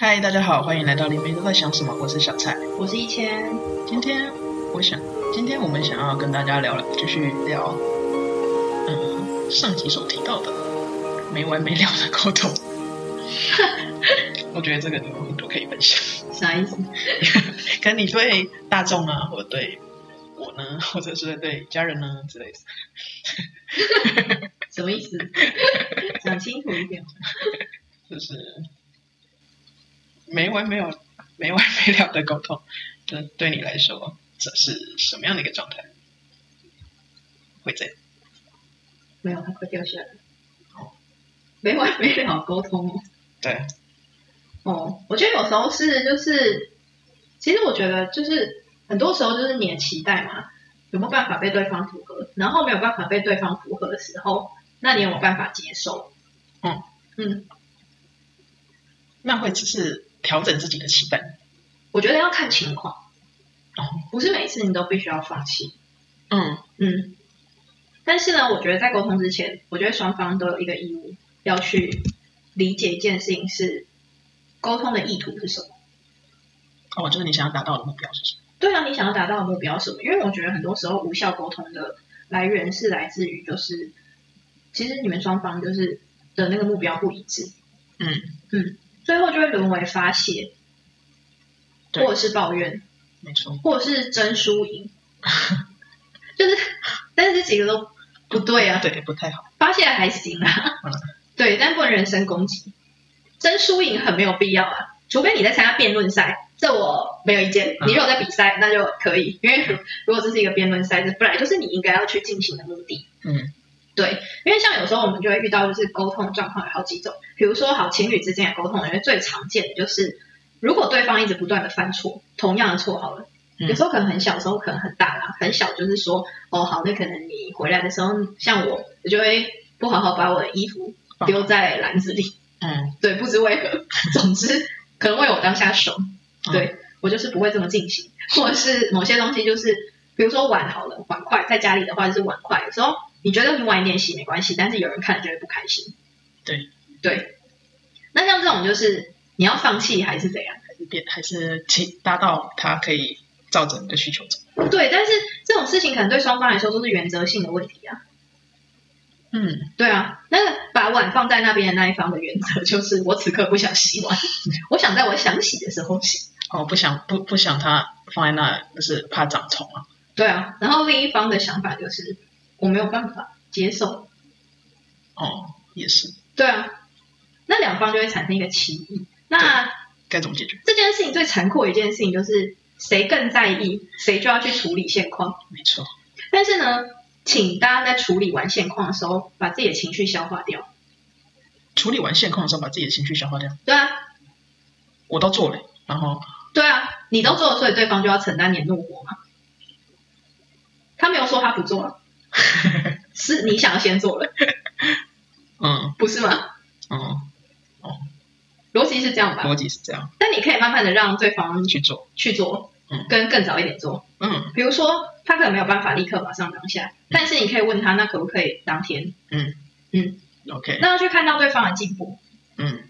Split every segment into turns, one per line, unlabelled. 嗨，大家好，欢迎来到《黎明都在想什么》，我是小蔡。
我是一千，
今天我想，今天我们想要跟大家聊，继续聊，嗯，上几首提到的没完没了的沟通。我觉得这个有很多可以分享，
啥意思？
可能你对大众啊，或者对我呢，或者是对家人呢之类的。
什么意思？讲清楚一点。
就是没完没有、没完没了的沟通，这对你来说这是什么样的一个状态？会这样？
没有，它快掉下来了。没完没了沟通哦。
对啊，
哦，我觉得有时候是就是，其实我觉得就是很多时候就是你的期待嘛，有没有办法被对方符合？然后没有办法被对方符合的时候，那你有没有办法接受？
嗯
嗯，
那会就是调整自己的期待。
我觉得要看情况
哦，
不是每次你都必须要放弃。
嗯
嗯，但是呢，我觉得在沟通之前，我觉得双方都有一个义务要去理解一件事情是沟通的意图是什么。
哦，就是你想要达到的目标是什么？
对啊，你想要达到的目标是什么？因为我觉得很多时候无效沟通的来源是来自于就是，其实你们双方就是的那个目标不一致，
嗯，
最后就会沦为发泄，
对
或者是抱怨，
没错。
或者是争输赢， 就是，但是这几个都不对啊。
对，不太好。
发泄还行啊
嗯，
对，但不能人身攻击，争输赢很没有必要啊，除非你在参加辩论赛，这我没有意见。
嗯
你如果在比赛，那就可以，因为如如果这是一个辩论赛，这本来就是你应该要去进行的目的。
嗯
对，因为像有时候我们就会遇到，就是沟通状况有好几种，比如说好情侣之间的沟通，我觉得最常见的就是，如果对方一直不断的犯错，同样的错好了，
嗯
有时候可能很小，有时候可能很大啦，很小就是说，哦好，那可能你回来的时候，像我，我就会不好好把我的衣服丢在篮子里，
嗯，
对，不知为何， 总之可能为我当下爽，
嗯
对我就是不会这么进行，或者是某些东西就是，比如说碗好了，碗筷在家里的话就是碗筷，有时候你觉得你晚一点洗没关系，但是有人看了就会不开心。
对
对，那像这种就是你要放弃还是怎样？
还是变还是请达到他可以照着你的需求走。
对，但是这种事情可能对双方来说都是原则性的问题啊。
嗯，
对啊，那个把碗放在那边的那一方的原则就是，我此刻不想洗碗， 我想在我想洗的时候洗。
哦，不想不不想他放在那，就是怕长虫啊。
对啊，然后另一方的想法就是我没有办法接受。
哦，也是，
对啊，那两方就会产生一个歧义。那
该怎么解决？
这件事情最残酷的一件事情就是，谁更在意，谁就要去处理现况。
没错。
但是呢，请大家在处理完现况的时候，把自己的情绪消化掉。
处理完现况的时候，把自己的情绪消化掉。
对啊，
我都做了，然后
对啊，你都做了，所以对方就要承担你的怒火嘛。他没有说他不做啊，是你想要先做了，
嗯
不是吗？
嗯，
逻辑是这样吧？
逻辑是这样
但你可以慢慢的让对方
去做。
去做
嗯，
跟更早一点做。
嗯
比如说，他可能没有办法立刻马上当下，但是你可以问他，那可不可以当天？
嗯
嗯，
，OK，
那要去看到对方的进步，
嗯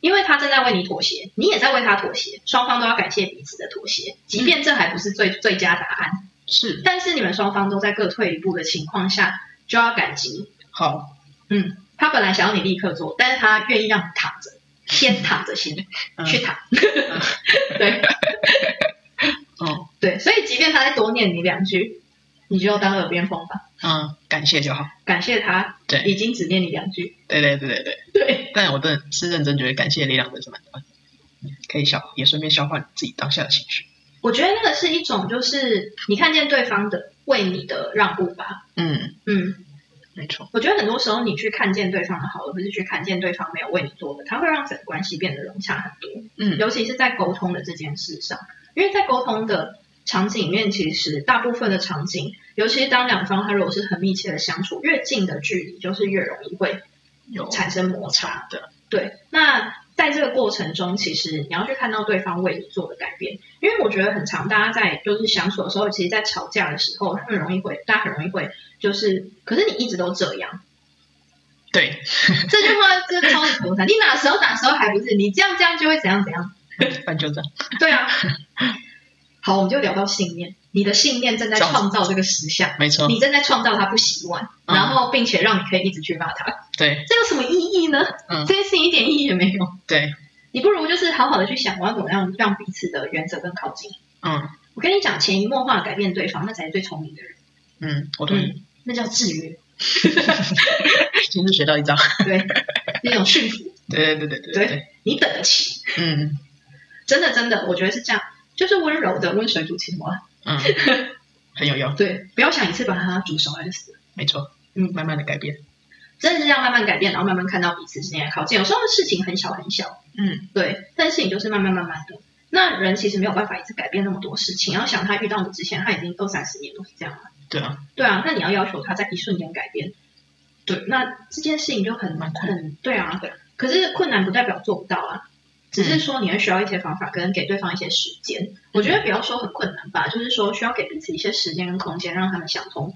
因为他正在为你妥协，你也在为他妥协，双方都要感谢彼此的妥协，即便这还不是最最佳答案，
是
但是你们双方都在各退一步的情况下，就要感激。
好，
嗯，他本来想要你立刻做，但是他愿意让你躺着，先躺着先
嗯
去躺。对
嗯
对，所以即便他再多念你两句，你就当耳边风吧。
嗯，感谢就好。
感谢他，
对
已经只念你两句，
对对对对对，
对
但我真的是认真觉得感谢力量真是蛮大的，可以消也顺便消化你自己当下的情绪。
我觉得那个是一种，就是你看见对方的为你的让步吧，
嗯，
嗯，
没错，
我觉得很多时候你去看见对方的好，而不是去看见对方没有为你做的，它会让整个关系变得融洽很多，
嗯
尤其是在沟通的这件事上，因为在沟通的场景里面，其实大部分的场景，尤其是当两方他如果是很密切的相处，越近的距离就是越容易会
有
产生摩擦。
的，
对，那在这个过程中，其实你要去看到对方为你做的改变，因为我觉得很常大家在就是相处的时候，其实，在吵架的时候，很容易会，大家很容易会就是，可是你一直都这样，
对，
这句话真的超级头疼。你哪时候哪时候还不是？你这样这样就会怎样怎样？
反正就这 样。
对啊。好，我们就聊到信念。你的信念正在创造这个实相，
没错，
你正在创造它不洗碗，
嗯
然后并且让你可以一直去骂它，
对，
这有什么意义呢？
嗯
这件事情一点意义也没有。
对，
你不如就是好好的去想，我要怎么样让彼此的原则更靠近。
嗯
我跟你讲，潜移默化地改变对方，那才是最聪明的人。
嗯，我同意。，
那叫制约，
今天学到一招。
对，那种驯服，
对对对对
对
对，
你等得起。
嗯
真的真的，我觉得是这样，就是温柔的温水煮青蛙。
嗯， 很有用，
对，不要想一次把它煮熟了就死了。
没错。
嗯
慢慢的改变。
真的是这样慢慢改变，然后慢慢看到彼此之间的靠近。有时候事情很小很小，
嗯
对，但事情就是慢慢慢慢的。那人其实没有办法一直改变那么多事情。要想他遇到你之前，他已经二三十年都是这样了。
对啊，
对啊，那你要要求他在一瞬间改变，对，那这件事情就很
蛮困
很对啊。可是困难不代表做不到啊，只
嗯
是说你会需要一些方法跟给对方一些时间。我觉得不要说很困难吧，就是说需要给彼此一些时间跟空间，让他们想通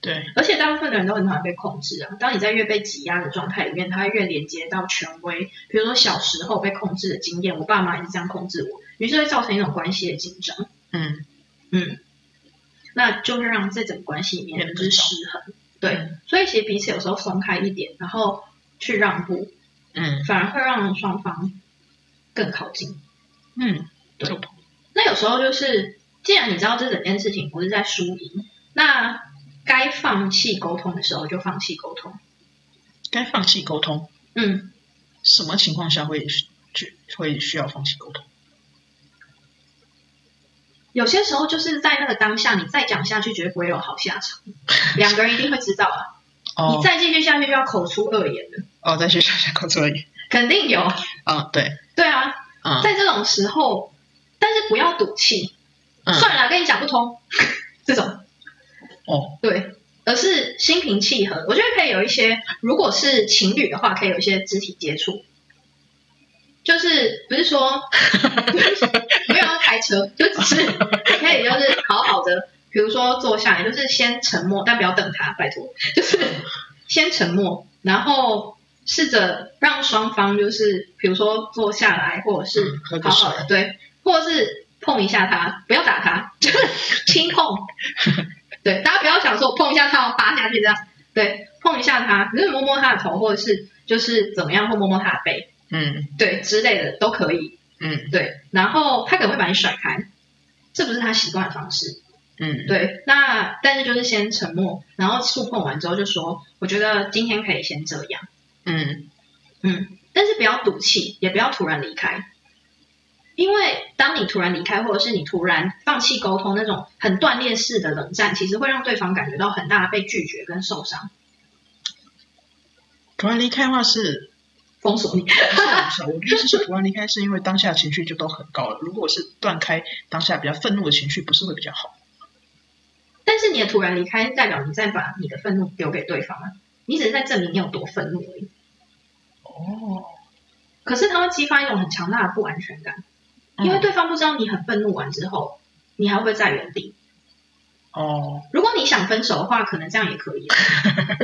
对，
而且大部分的人都很讨厌被控制啊。当你在越被挤压的状态里面，他会越连接到权威。比如说小时候被控制的经验，我爸妈也是这样控制我，于是会造成一种关系的紧张。
嗯
嗯，那就会让这整个关系里面就是失衡。对，所以其实彼此有时候松开一点，然后去让步，
嗯
反而会让双方更靠近。
嗯，
对
就不
那有时候就是，既然你知道这整件事情不是在输赢，那该放弃沟通的时候就放弃沟通。
该放弃沟通。
嗯，
什么情况下会去会需要放弃沟通？
有些时候就是在那个当下，你再讲下去绝对不会有好下场，两个人一定会知道啊。你
哦
再继续下去就要口出恶言了，
哦，在学校下口作业。
肯定有。
啊，对，
对啊，
啊，
在这种时候，但是不要赌气，
嗯
算了，跟你讲不通， 这种
哦，
对，而是心平气和。我觉得可以有一些，如果是情侣的话，可以有一些肢体接触。就是不是说不要开车，就只是可以就是好好的，比如说坐下来，就是先沉默，但不要等他，拜托，就是先沉默，然后试着让双方就是比如说坐下来，或者是
嗯喝
好
个水
好的对，或者是碰一下他，不要打他， 就是轻碰，对，大家不要想说我碰一下他，我扒下去这样，对，碰一下他，只是摸摸他的头，或者是就是怎么样，或摸摸他的背，
嗯
对之类的都可以。
嗯
对，然后他可能会把你甩开，这不是他习惯的方式。
嗯，
对，那但是就是先沉默，然后触碰完之后就说，我觉得今天可以先这样，
嗯
嗯，但是不要赌气，也不要突然离开，因为当你突然离开，或者是你突然放弃沟通那种很断裂式的冷战，其实会让对方感觉到很大的被拒绝跟受伤，
突然离开的话是，
封锁你。
不是啊不是啊我的意思是突然离开是因为当下情绪就都很高了。如果是断开当下比较愤怒的情绪，不是会比较好？
但是你的突然离开，代表你在把你的愤怒丢给对方啊，你只是在证明你有多愤怒而已。
哦，
可是它会激发一种很强大的不安全感，因为对方不知道你很愤怒完之后，你还会不会在原地。
哦，
如果你想分手的话，可能这样也可以啊，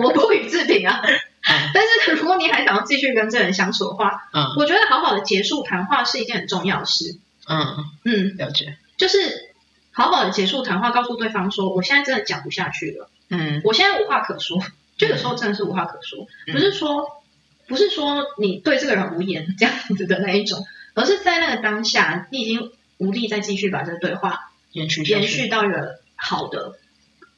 我不予置评啊。
嗯
但是如果你还想要继续跟这人相处的话，
嗯
我觉得好好的结束谈话是一件很重要的事。
嗯，
嗯，
了解，
就是好好的结束谈话，告诉对方说，我现在真的讲不下去了，
嗯
我现在无话可说。就有时候真的是无话可说，
嗯
不是说不是说你对这个人无言这样子的那一种，而是在那个当下，你已经无力再继续把这个对话
延续下去
延续，到一个好的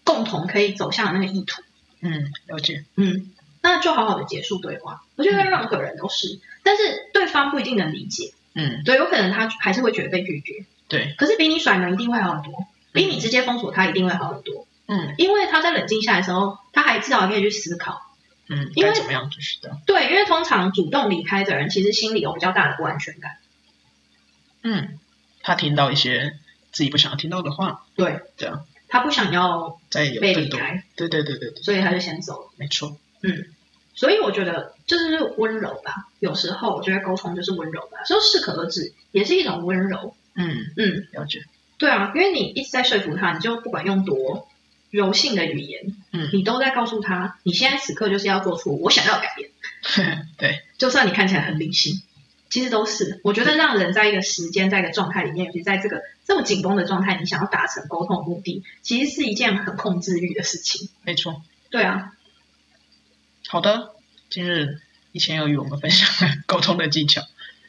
共同可以走向的那个意图。
嗯，了解，
嗯，那就好好的结束对话。我觉得任何人都是，但是对方不一定能理解，
嗯，
对，有可能他还是会觉得被拒绝。
对，
可是比你甩门一定会好很多，比你直接封锁他一定会好很多，
嗯
因为他在冷静下来的时候，他还至少还可以去思考。
嗯，
因为
该怎么样就是这样，
对，因为通常主动离开的人，其实心里有比较大的不安全感。
嗯，他听到一些自己不想要听到的话，
对，
对啊，
他不想要
再有
被
更
离
多，
开，
对对对对对，
所以他就先走了。
没错，
所以我觉得就是温柔吧，有时候我觉得沟通就是温柔吧，就适可而止，也是一种温柔。
嗯，
嗯，
了解，
对啊，因为你一直在说服他，你就不管用多柔性的语言，
嗯
你都在告诉他，你现在此刻就是要做出我想要的改变，
对，
就算你看起来很理性，其实都是。我觉得让人在一个时间，在一个状态里面，尤其在这个这么紧绷的状态，你想要达成沟通的目的，其实是一件很控制欲的事情。
没错。
对啊，
好的，今日一千又与我们分享了沟通的技巧，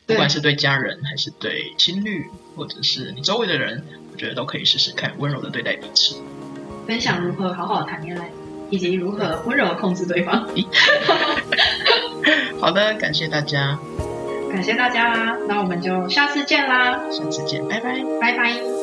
不
对
管是对家人，还是对情侣，或者是你周围的人，我觉得都可以试试看，温柔的对待彼此。
分享如何好好地谈恋爱，以及如何温柔地控制对方。
好的，感谢大家，
感谢大家啦，那我们就下次见啦，
下次见，拜拜。
拜拜。